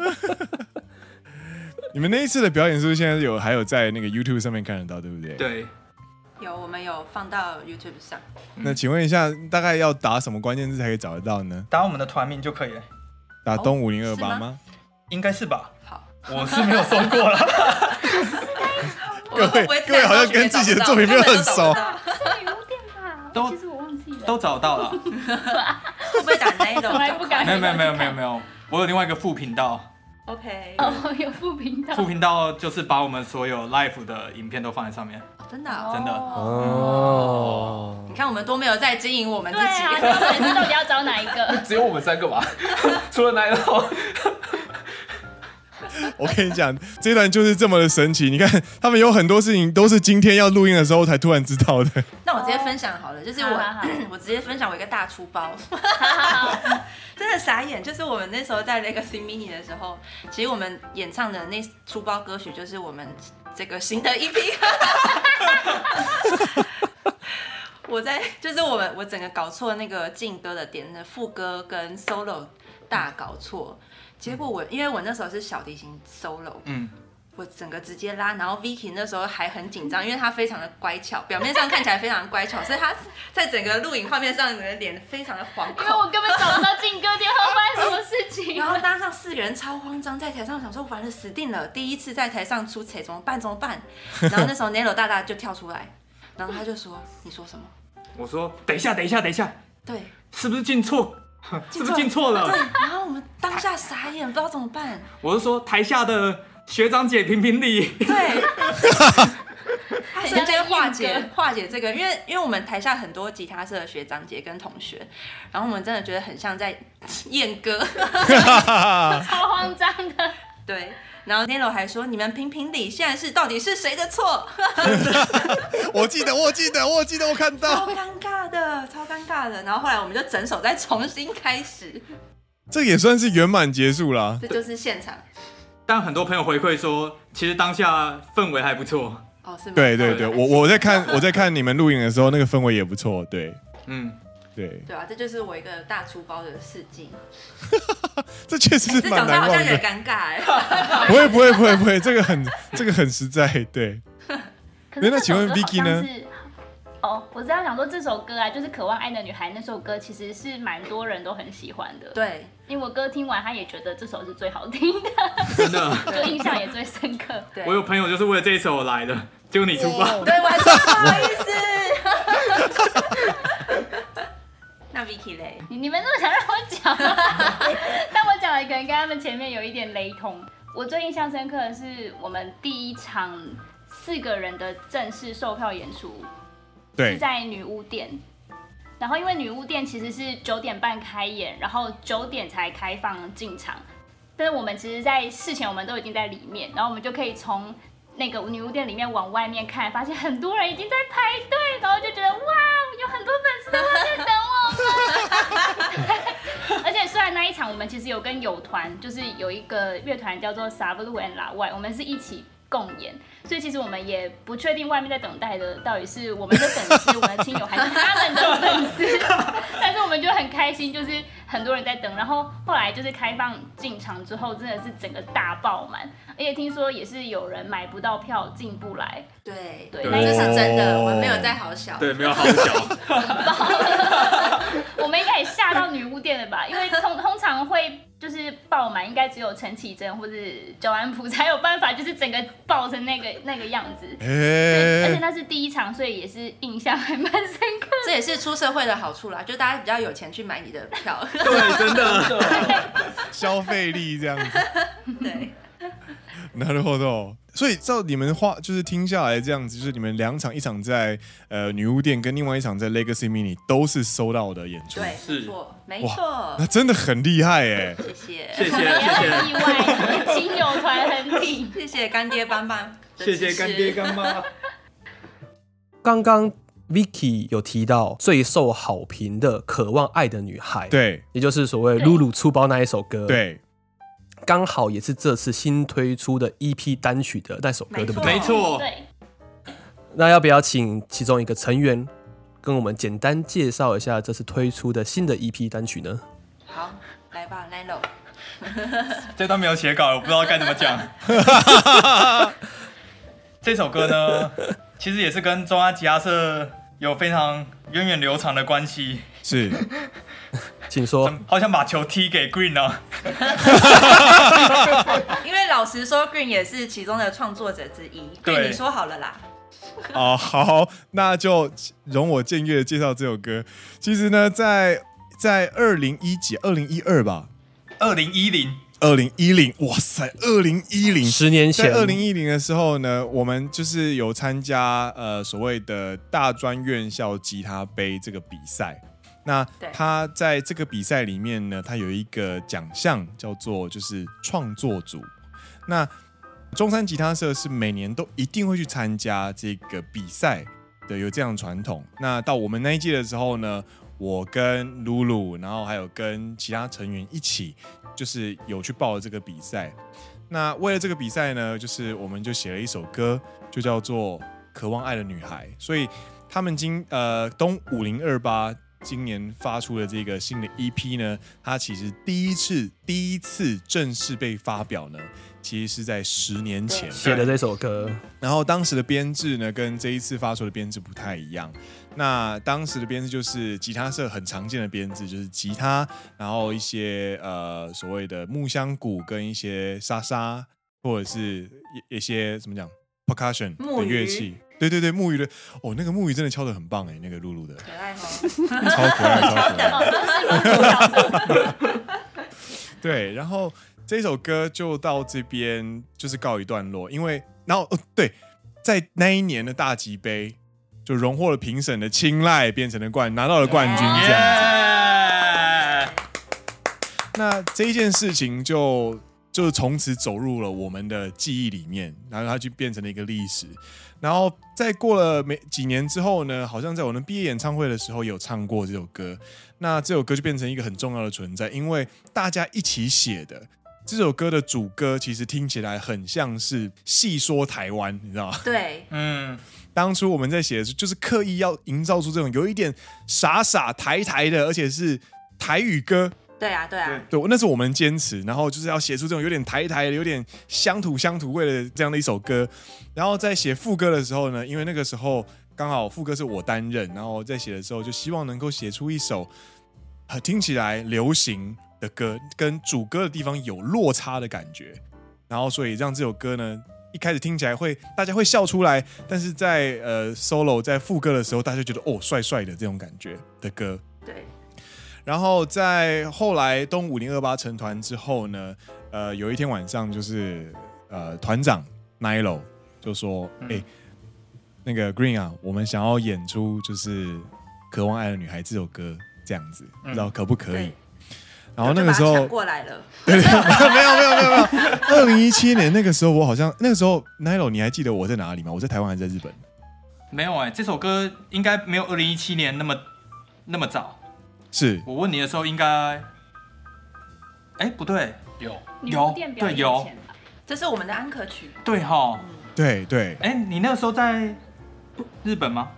Speaker 1: 你们那一次的表演是不是现在有还有在那个 YouTube 上面看得到，对不对？。
Speaker 3: 对，
Speaker 6: 有我们有放到 YouTube 上，
Speaker 1: 那请问一下，大概要打什么关键字才可以找得到呢？
Speaker 3: 打我们的团名就可以了，
Speaker 1: 打东五零二
Speaker 6: 哦是
Speaker 1: 八
Speaker 6: 吗
Speaker 1: 吗？
Speaker 3: 应该是吧？
Speaker 6: 好，
Speaker 3: 我是没有搜过啦，
Speaker 6: 各
Speaker 1: 位各位好像跟自己的作品没有很熟
Speaker 5: 对，有点吧
Speaker 3: 都
Speaker 5: 其实我忘记了。
Speaker 3: 都找到 了，
Speaker 6: 会不会打 Nilo？
Speaker 5: 从来不敢
Speaker 3: 没有没有没有没有没有，我有另外一个副频 道，
Speaker 6: OK，
Speaker 5: 哦，有副频道
Speaker 3: 副，频道就是把我们所有 live 的影片都放在上面，
Speaker 6: 哦真的哦，
Speaker 3: 真的
Speaker 2: 哦，
Speaker 6: 你看我们都没有在经营我们自
Speaker 5: 对啊，
Speaker 6: 己，
Speaker 5: 那粉丝到底要找哪一个？
Speaker 4: 只有我们三个吧， 除了 Nilo，
Speaker 1: 我跟你讲，这段就是这么的神奇。你看，他们有很多事情都是今天要录音的时候才突然知道的。
Speaker 6: 那我直接分享好了，就是
Speaker 5: 啊好好好
Speaker 6: 我我直接分享我一个大粗包，
Speaker 5: 好好好，
Speaker 6: 真的傻眼，就是我们那时候在 Legacy Mini 的时候，其实我们演唱的那出包歌曲就是我们这个新 的一批。 我在就是我们我整个搞错那个劲歌的点，那副歌跟 solo 大搞错，结果我因为我那时候是小提琴 solo，
Speaker 3: 嗯，
Speaker 6: 我整个直接拉，然后 Vicky 那时候还很紧张，因为她非常的乖巧，表面上看起来非常乖巧，所以她在整个录影画面上，整个脸非常的惶
Speaker 5: 因
Speaker 6: 恐
Speaker 5: 为。我根本找不到劲歌点，后发生什么事情
Speaker 6: 然？后搭上四个人超慌张，在台上想说完了死定了，第一次在台上出丑怎么办怎么办？然后那时候 Nelo 大大就跳出来，然后他就说你说什么？
Speaker 3: 我说等一下等一下等一下，
Speaker 6: 对，
Speaker 3: 是不是进 错？是不是进错
Speaker 6: 对
Speaker 3: 了？，
Speaker 6: 然后我们当下傻眼，不知道怎么办。
Speaker 3: 我是说台下的学长姐评评理，
Speaker 6: 对，他瞬间化
Speaker 5: 很像在
Speaker 6: 解
Speaker 5: 硬
Speaker 6: 化解这个，因为因为我们台下很多吉他社的学长姐跟同学，然后我们真的觉得很像在 验歌。
Speaker 5: 超慌张的，
Speaker 6: 对，然后 Nelo 还说你们评评理，现在是到底是谁的错？
Speaker 1: 我记得，我记得，我记得，我看
Speaker 6: 超
Speaker 1: 到。
Speaker 6: 尴尬的，超尴尬的。然后后来我们就整首再重新开始，
Speaker 1: 这也算是圆满结束啦。
Speaker 6: 这就是现场
Speaker 3: 但很多朋友回馈说，其实当下氛围还不错，
Speaker 6: 哦，是吗？
Speaker 1: 对对对，
Speaker 3: 好
Speaker 1: 我我在 看我在看你们录影的时候，那个氛围也不错。对
Speaker 3: 嗯，
Speaker 1: 对，
Speaker 6: 对啊，这就是我一个大粗包的事迹。
Speaker 1: 这确实
Speaker 6: 这
Speaker 1: 是蛮
Speaker 6: 讲出来
Speaker 1: 难
Speaker 6: 好
Speaker 1: 忘
Speaker 6: 像有点
Speaker 1: 的。
Speaker 6: 尴尬哎、
Speaker 1: 不会不会不会不会，这个很这个很实在。对，
Speaker 5: 可是
Speaker 1: 那请问
Speaker 5: 这首歌好
Speaker 1: Vicky 呢
Speaker 5: 像是？哦，我知道想说这首歌啊，就是《渴望爱的女孩》那首歌，其实是蛮多人都很喜欢的。
Speaker 6: 对，
Speaker 5: 因为我哥听完，他也觉得这首是最好听的，
Speaker 4: 真的。
Speaker 5: 就印象也最深刻。
Speaker 6: 对，
Speaker 3: 我有朋友就是为了这一首来的，就你出吧。
Speaker 6: 对，我还是不好意思。 那 Vicky 嘞？
Speaker 5: 你你们那么想让我讲啊，但我讲的可能跟他们前面有一点雷同。我最印象深刻的是我们第一场四个人的正式售票演出，是
Speaker 1: 对，
Speaker 5: 在女巫店。然后因为女巫店其实是九点半开演，然后九点才开放进场。但是我们其实，在事前我们都已经在里面，然后我们就可以从那个女巫店里面往外面看，发现很多人已经在排队，然后就觉得哇，有很多粉丝都在等我们。而 且虽然那一场我们其实有跟友团，就是有一个乐团叫做 s a v u and La y 我们是一起共演，所以其实我们也不确定外面在等待的到底是我们的粉丝、我们的亲友，还是他们的粉丝。但是我们就很开心，就是很多人在等。然后后来就是开放进场之后，真的是整个大爆满，而且听说也是有人买不到票进不来。
Speaker 6: 对，
Speaker 5: 对，
Speaker 1: 对
Speaker 5: 那一
Speaker 6: 这
Speaker 5: 场
Speaker 6: 是真的，我们没有在好小。
Speaker 3: 对，没有好 巧，
Speaker 5: 我们应该也吓到女巫店了吧？因为通通常会就是爆满，应该只有陈绮贞或是九安普才有办法，就是整个爆成那个那个样子。对而且
Speaker 1: 哎，
Speaker 5: 那是第一场，所以也是印象还蛮深刻的。
Speaker 6: 这也是出社会的好处啦，就大家比较有钱去买你的 票。
Speaker 3: 对，真的。
Speaker 1: 消费力这样子。
Speaker 6: 对，
Speaker 1: なるほど。所以照你们话，就是听下来这样子，就是你们两场，一场在呃女巫店，跟另外一场在 Legacy Mini 都是收到的演出，
Speaker 6: 对，
Speaker 3: 是
Speaker 6: 没错，没错
Speaker 1: 那。真的很厉害哎、
Speaker 6: 谢谢，
Speaker 3: 谢谢，
Speaker 5: 我们也
Speaker 3: 谢
Speaker 5: 很
Speaker 3: 谢，
Speaker 5: 意外，亲友团很挺。
Speaker 6: 谢谢干爹帮忙，
Speaker 3: 谢谢干爹。干妈。
Speaker 2: 刚刚 Vicky 有提到最受好评的《渴望爱的女孩》，，
Speaker 1: 对
Speaker 2: 也就是所谓
Speaker 5: 对
Speaker 2: 露露出包那一首歌，，
Speaker 1: 对，
Speaker 2: 刚好也是这次新推出的 EP 单曲的那首歌，
Speaker 6: 没
Speaker 2: 对不
Speaker 6: 错
Speaker 2: 对？
Speaker 3: 没错，
Speaker 5: 对，
Speaker 2: 那要不要请其中一个成员跟我们简单介绍一下这次推出的新的 EP 单曲呢？
Speaker 6: 好，来吧，Nilo。
Speaker 3: 这段没有写稿，我不知道该怎么讲。这首歌呢，其实也是跟中阿吉亚社有非常源远流长的关系。
Speaker 1: 是
Speaker 2: 请说。
Speaker 3: 好想把球踢给 Green 啊！
Speaker 6: 因为老实说，Green 也是其中的创作者之一。
Speaker 3: 对
Speaker 6: Green，你说好了啦。
Speaker 1: 啊、好，那就容我僭越地介绍这首歌。其实呢，在在二零一几，二零一二吧，
Speaker 3: 二零一零，
Speaker 1: 二零一零，哇塞，二零一零，
Speaker 2: 十年
Speaker 1: 在
Speaker 2: 前，
Speaker 1: 二零一零的时候呢，我们就是有参加呃所谓的大专院校吉他杯这个比赛。那
Speaker 6: 对
Speaker 1: 他在这个比赛里面呢，他有一个奖项叫做就是创作组。那中山吉他社是每年都一定会去参加这个比赛的，有这样的传统。那到我们那一届的时候呢，我跟露露，然后还有跟其他成员一起，就是有去报了这个比赛。那为了这个比赛呢，就是我们就写了一首歌，就叫做《渴望爱的女孩》。所以他们今呃东五零二八今年发出的这个新的 EP 呢，它其实第一次第一次正式被发表呢，其实是在十年前。
Speaker 2: 写的这首歌，
Speaker 1: 然后当时的编制呢，跟这一次发出的编制不太一样。那当时的编制就是吉他社很常见的编制，就是吉他，然后一些呃所谓的木箱鼓跟一些沙沙，或者是一一些怎么讲 percussion
Speaker 6: 木
Speaker 1: 的
Speaker 6: 鱼
Speaker 1: 乐器。对对对，木鱼的哦，那个木鱼真的敲得很棒哎，那个露露的
Speaker 6: 可爱哦，
Speaker 1: 超可爱，超可爱。
Speaker 5: 哦，都是录小的。
Speaker 1: 对，然后这首歌就到这边就是告一段落，因为然后、哦、对，在那一年的大吉杯就荣获了评审的青睐，变成了冠拿到了冠军这样子。
Speaker 3: 耶！
Speaker 1: 那这一件事情就就从此走入了我们的记忆里面，然后它就变成了一个历史。然后再过了没几年之后呢，好像在我们毕业演唱会的时候有唱过这首歌。那这首歌就变成一个很重要的存在，因为大家一起写的。这首歌的主歌其实听起来很像是戏说台湾，你知道吗？
Speaker 6: 对，
Speaker 3: 嗯，
Speaker 1: 当初我们在写的时候，就是刻意要营造出这种有一点傻傻台台的，而且是台语歌
Speaker 6: 对啊，对啊，
Speaker 1: 对，那是我们坚持，然后就是要写出这种有点台台的、有点乡土乡土味的这样的一首歌。然后在写副歌的时候呢，因为那个时候刚好副歌是我担任，然后在写的时候就希望能够写出一首呃听起来流行的歌，跟主歌的地方有落差的感觉。然后所以让这首歌呢，一开始听起来会大家会笑出来，但是在呃 solo 在副歌的时候，大家觉得哦帅帅的这种感觉的歌。
Speaker 6: 对，
Speaker 1: 然后在后来东五零二八成团之后呢，呃，有一天晚上就是呃团长 Nilo 就说：“哎、
Speaker 3: 嗯
Speaker 1: 那个 Green 啊，我们想要演出就是《渴望爱的女孩》这首歌，这样子，不知道可不可以？”
Speaker 6: 对
Speaker 1: 然后那个时
Speaker 6: 我就把他
Speaker 1: 候
Speaker 6: 抢，过来了，
Speaker 1: 没有没有没有没有。 二零一七年那个时候，我好像那个时候 Nilo，你还记得我在哪里吗？我在台湾还是在日本？
Speaker 3: 没有哎、这首歌应该没有二零一七年那么那么早。
Speaker 1: 是
Speaker 3: 我问你的时候应该，哎，不对，
Speaker 4: 有
Speaker 5: 你
Speaker 3: 有
Speaker 5: 们店表
Speaker 3: 对
Speaker 5: 演
Speaker 3: 有
Speaker 5: 前吧
Speaker 6: 这是我们的安可曲，
Speaker 3: 对哈，
Speaker 1: 对对。
Speaker 3: 哎，你那个时候在日本吗？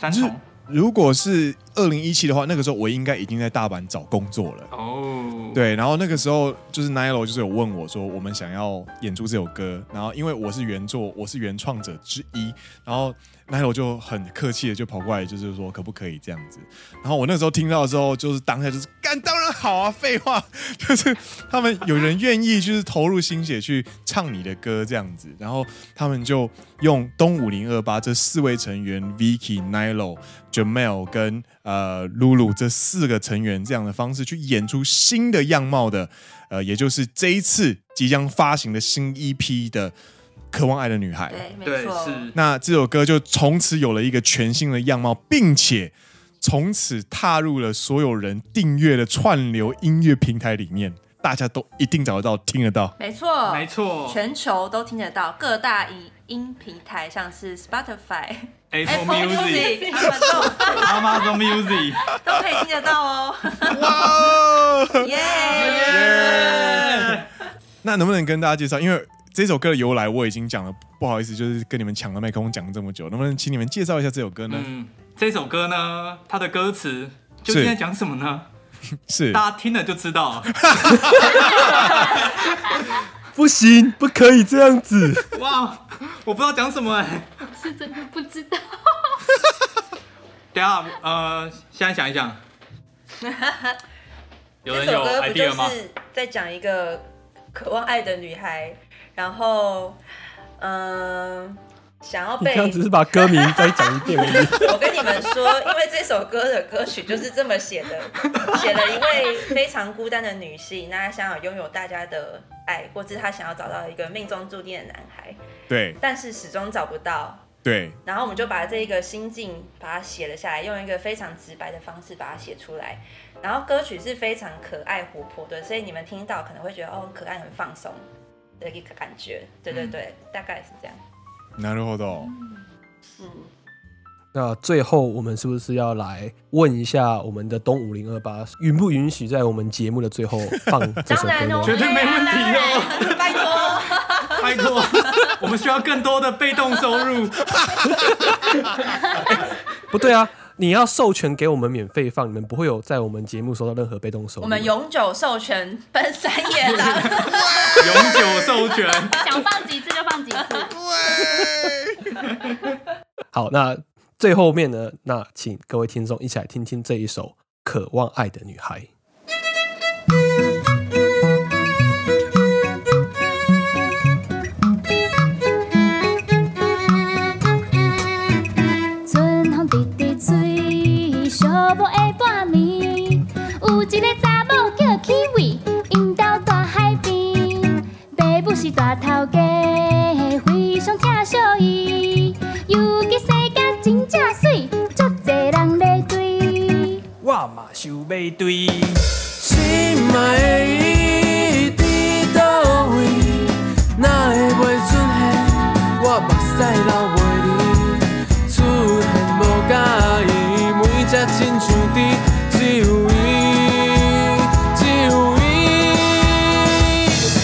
Speaker 3: 三重
Speaker 1: 如果是二零一七的话，那个时候我应该已经在大阪找工作了。
Speaker 3: 哦，，
Speaker 1: 对，然后那个时候就是 Nilo 就是有问我说，我们想要演出这首歌，然后因为我是原作，我是原创者之一，然后 Nilo 就很客气的就跑过来，就是说可不可以这样子。然后我那时候听到的时候，就是当下就是干，当然好啊，废话，就是他们有人愿意就是投入心血去唱你的歌这样子，然后他们就用东五零二八这四位成员 Vicky、Nilo、Jamel 跟呃 Lulu 这四个成员这样的方式去演出新的样貌的，呃，也就是这一次即将发行的新 EP 的《渴望爱的女孩》。
Speaker 6: 对，没
Speaker 3: 对
Speaker 6: 错，
Speaker 3: 是，
Speaker 1: 那这首歌就从此有了一个全新的样貌，并且从此踏入了所有人订阅的串流音乐平台里面，大家都一定找得到、听得到。
Speaker 6: 没错，
Speaker 3: 没错
Speaker 6: 哦全球都听得到，各大影音平台像是 Spotify、
Speaker 3: ，Apple
Speaker 6: Apple
Speaker 3: Music、
Speaker 6: Music，他们都
Speaker 3: Amazon Music，
Speaker 6: 都可以听得到 哦，
Speaker 1: 哇！
Speaker 6: 耶、
Speaker 3: 耶
Speaker 1: 那能不能跟大家介绍？因为这首歌的由来我已经讲了，不好意思，就是跟你们抢了麦克风讲了这么久，能不能请你们介绍一下这首歌呢？
Speaker 3: 嗯，这首歌呢，它的歌词究竟
Speaker 1: 是
Speaker 3: 在讲什么呢？
Speaker 1: 是
Speaker 3: 大家听了就知 道了。
Speaker 2: 不行，不可以这样 子。
Speaker 3: 哇，我不知道讲什么哎、
Speaker 5: 是真的不知道。
Speaker 3: 等一下，呃，现在想一 想，有
Speaker 6: 这
Speaker 3: 人
Speaker 6: 首
Speaker 3: 有
Speaker 6: 歌不就
Speaker 3: idea 吗？
Speaker 6: 是啊在讲一个渴望爱的女孩，然后嗯、想要
Speaker 2: 你这
Speaker 6: 被
Speaker 2: 样只是把歌名再讲一遍而已。
Speaker 6: 我跟你们说，因为这首歌的歌曲就是这么写的，写了一位非常孤单的女性，那她想要拥有大家的爱，或是她想要找到一个命中注定的男孩，
Speaker 1: 对
Speaker 6: 但是始终找不到。
Speaker 1: 对
Speaker 6: 然后我们就把这个心境把它写了下来，用一个非常直白的方式把它写出来。然后歌曲是非常可爱活泼的，所以你们听到可能会觉得哦，很可爱，很放松的一个感觉。对对对，大概是这样。
Speaker 1: なるほど。
Speaker 6: 嗯，
Speaker 2: 那最后我们是不是要来问一下我们的东五零二八允不允许在我们节目的最后放这首
Speaker 5: 当
Speaker 2: 歌
Speaker 5: 然哦，
Speaker 2: 呢？
Speaker 3: 绝对没问题
Speaker 5: 当然
Speaker 3: 哦，
Speaker 6: 拜托。
Speaker 3: 拜 托，我们需要更多的被动收入。
Speaker 2: 不对啊，你要授权给我们免费放，你们不会有在我们节目收到任何被动收入。
Speaker 6: 我们永久授权奔山 野狼，
Speaker 3: 永久授权。
Speaker 5: 想放几次就放几次。
Speaker 2: 好，那最后面呢？那请各位听众一起来听听这一首《渴望爱的女孩》。
Speaker 7: 船风直直吹，小无下半暝，有一个查某叫起位，因到大海边，爸母是大头家，非常疼惜伊，尤其世界真正水，足侪人咧追。
Speaker 8: 我嘛想要对心爱的伊伫倒位，哪会袂出现？我目屎流袂离，出现无介意，每只亲像你，只有伊，只有伊。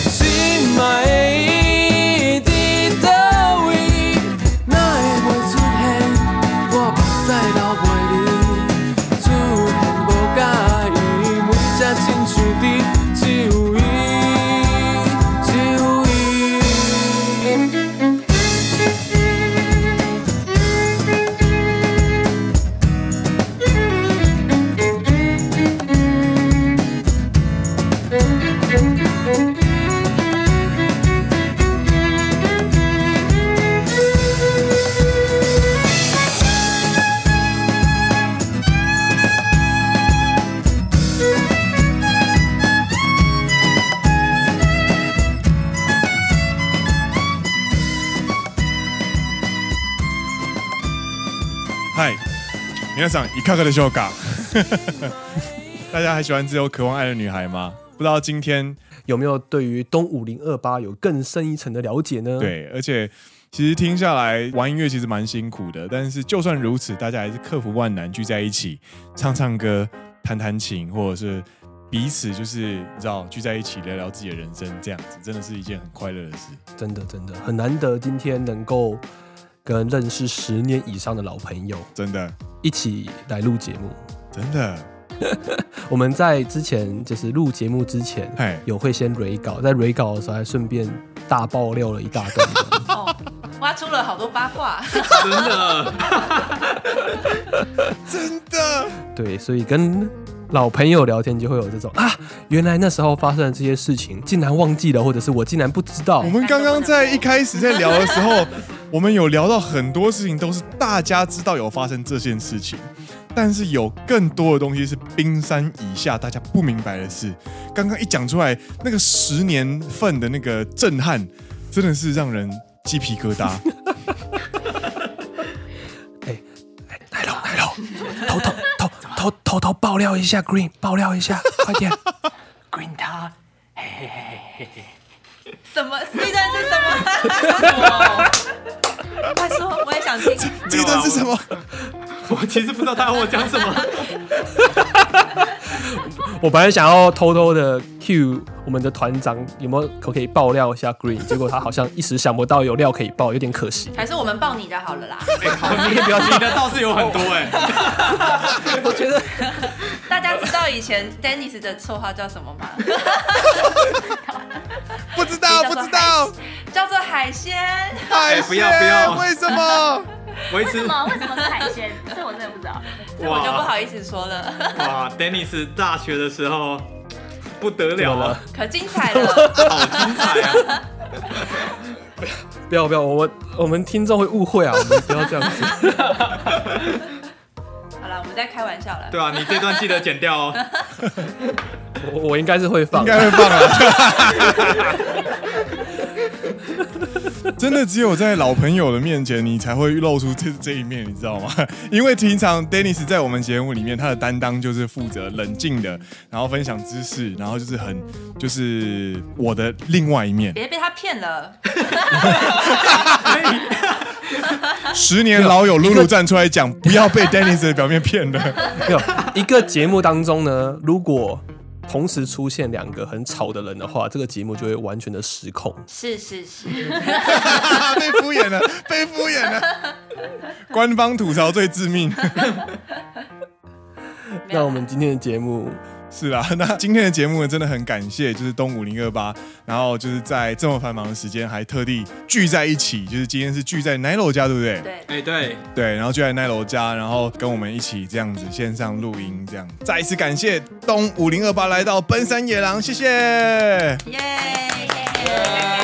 Speaker 8: 心爱的伊伫倒位，哪会袂出现？我目屎流袂离。出现无介意，每只亲像你只有
Speaker 1: 嗨，皆さんいかがでしょうか？ 大家还喜欢自由渴望爱的女孩吗？不知道今天
Speaker 2: 有没有对于东五零二八有更深一层的了解呢？，
Speaker 1: 对，而且其实听下来玩音乐其实蛮辛苦的，但是就算如此，大家还是克服万难聚在一起唱唱歌、弹弹琴，或者是彼此就是你知道聚在一起聊聊自己的人生，这样子真的是一件很快乐的事。
Speaker 2: 真的真的很难得，今天能够跟认识十年以上的老朋友
Speaker 1: 真的，
Speaker 2: 一起来录节目。
Speaker 1: 真的，
Speaker 2: 我们在之前就是录节目之前，
Speaker 1: 嘿，
Speaker 2: 有会先蕊稿，在蕊稿的时候还顺便大爆料了一大段。
Speaker 6: 哦，挖出了好多八 卦。
Speaker 4: 真的，
Speaker 1: 真的，
Speaker 2: 对，所以跟老朋友聊天就会有这种啊，原来那时候发生的这些事情，竟然忘记了，或者是我竟然不知道
Speaker 1: 我。们刚刚在一开始在聊的时 候，我们有聊到很多事情，都是大家知道有发生这件事情，但是有更多的东西是冰山以下大家不明白的事。刚刚一讲出来，那个十年份的那个震撼，真的是让人鸡皮疙 瘩。
Speaker 2: 哎来喽来喽，偷偷偷偷偷偷爆料一下 Green，爆料一下，快点！
Speaker 8: Green 他
Speaker 6: 什么？这段是什 么？快说，我也想听。
Speaker 1: 这一段是什么？
Speaker 4: 我其实不知道他要我讲什么。
Speaker 2: 我本来想要偷偷的 Q 我们的团长有没有可可以爆料一下 Green，结果他好像一时想不到有料可以爆，有点可惜。
Speaker 6: 还是我们抱你的好了啦，
Speaker 3: 哎
Speaker 4: 你不要，你的倒是有很多哎、
Speaker 2: 我觉得
Speaker 6: 大家知道以前 Dennis 的绰号叫什么吗？
Speaker 4: 啊
Speaker 1: 不知道，不知道，
Speaker 6: 叫做海鲜。
Speaker 1: 海鲜
Speaker 4: 哎不要不要
Speaker 1: 为什么？
Speaker 5: 为
Speaker 4: 维持
Speaker 5: 什么？为什么是海鲜？这我真的不知道。
Speaker 6: 这我就不好意思说了，
Speaker 4: 哇，Dennis 大学的时候不得了啊了，
Speaker 6: 可精 彩了。
Speaker 4: 好精彩啊！
Speaker 2: 不要不要，我我们听众会误会啊，我们不要这样子。
Speaker 6: 好了，我们在开玩笑了。
Speaker 4: 对啊，你这段记得剪掉哦。
Speaker 2: 我我应该是会放
Speaker 1: 应，该会放啊。真的只有在老朋友的面前，你才会露出这这一面，你知道吗？ 因为平常 Dennis 在我们节目里面，他的担当就是负责冷静的，然后分享知识，然后就是很就是我的另外一面。
Speaker 6: 别被他骗了，
Speaker 1: 十年老友露露站出来讲，不要被 Dennis 的表面骗了。
Speaker 2: 没有一个节目当中呢，如果同时出现两个很吵的人的话，这个节目就会完全的失控。
Speaker 6: 是是是，
Speaker 1: 被敷衍了，被敷衍了。官方吐槽最致命。
Speaker 6: 没有
Speaker 2: 那我们今天的节目，
Speaker 1: 是啦， 那今天的节目呢，真的很感谢，就是东五零二八，然后就是在这么繁忙的时间，还特地聚在一起，就是今天是聚在 Nilo 家，对不对？
Speaker 6: 对，
Speaker 4: 哎、对，
Speaker 1: 对，然后聚在 Nilo 家，然后跟我们一起这样子线上录音，这样。再一次感谢东五零二八来到奔山野狼，谢谢。
Speaker 6: 耶耶。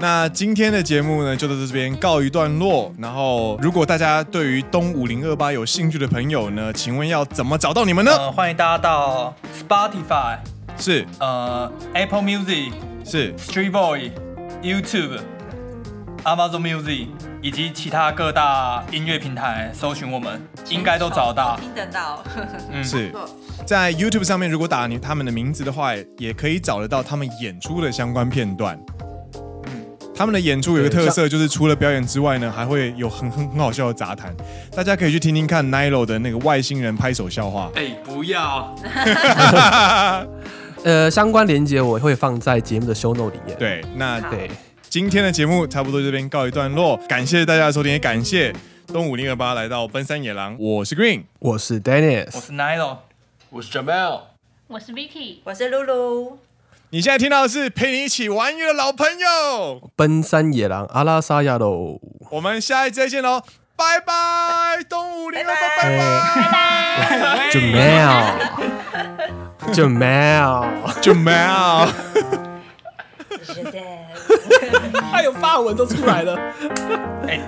Speaker 1: 那今天的节目呢，就到这边告一段落。然后，如果大家对于东五零二八有兴趣的朋友呢，请问要怎么找到你们呢？
Speaker 3: 呃，欢迎大家到 Spotify、
Speaker 1: 是
Speaker 3: 呃 Apple Music、
Speaker 1: 是，
Speaker 3: Street Boy、YouTube、Amazon Music 以及其他各大音乐平台搜寻我们，应该都找到。
Speaker 6: 听得到。
Speaker 3: 嗯，
Speaker 1: 是
Speaker 6: 错
Speaker 1: 在 YouTube 上面，如果打你他们的名字的话，也可以找得到他们演出的相关片段。他们的演出有个特色，就是除了表演之外呢，还会有很很很好笑的杂谈，大家可以去听听看 Nilo 的那个外星人拍手笑话。
Speaker 4: 哎、不要，
Speaker 3: 哎
Speaker 2: 呃，相关链接我会放在节目的 show note 里面。
Speaker 1: 对，那
Speaker 2: 对，
Speaker 1: 今天的节目差不多这边告一段落，感谢大家的收听，也感谢东五零二八来到奔山野狼，我是 Green，
Speaker 2: 我是
Speaker 3: 我
Speaker 2: Dennis，
Speaker 3: 是 Nilo。
Speaker 4: 我是 Jamel，
Speaker 5: 我是 Vicky，
Speaker 6: 我是露露，
Speaker 1: 你现在听到的是陪你一起玩乐的老朋友，
Speaker 2: 奔山野狼阿拉萨亚喽，
Speaker 1: 我们下一集再见喽，拜拜，东五零二八，啊拜拜。
Speaker 2: ，Jamel，Jamel。Jamel
Speaker 1: Jamal。
Speaker 6: 是的。
Speaker 2: 哎还有法文都出来了。
Speaker 3: 哎、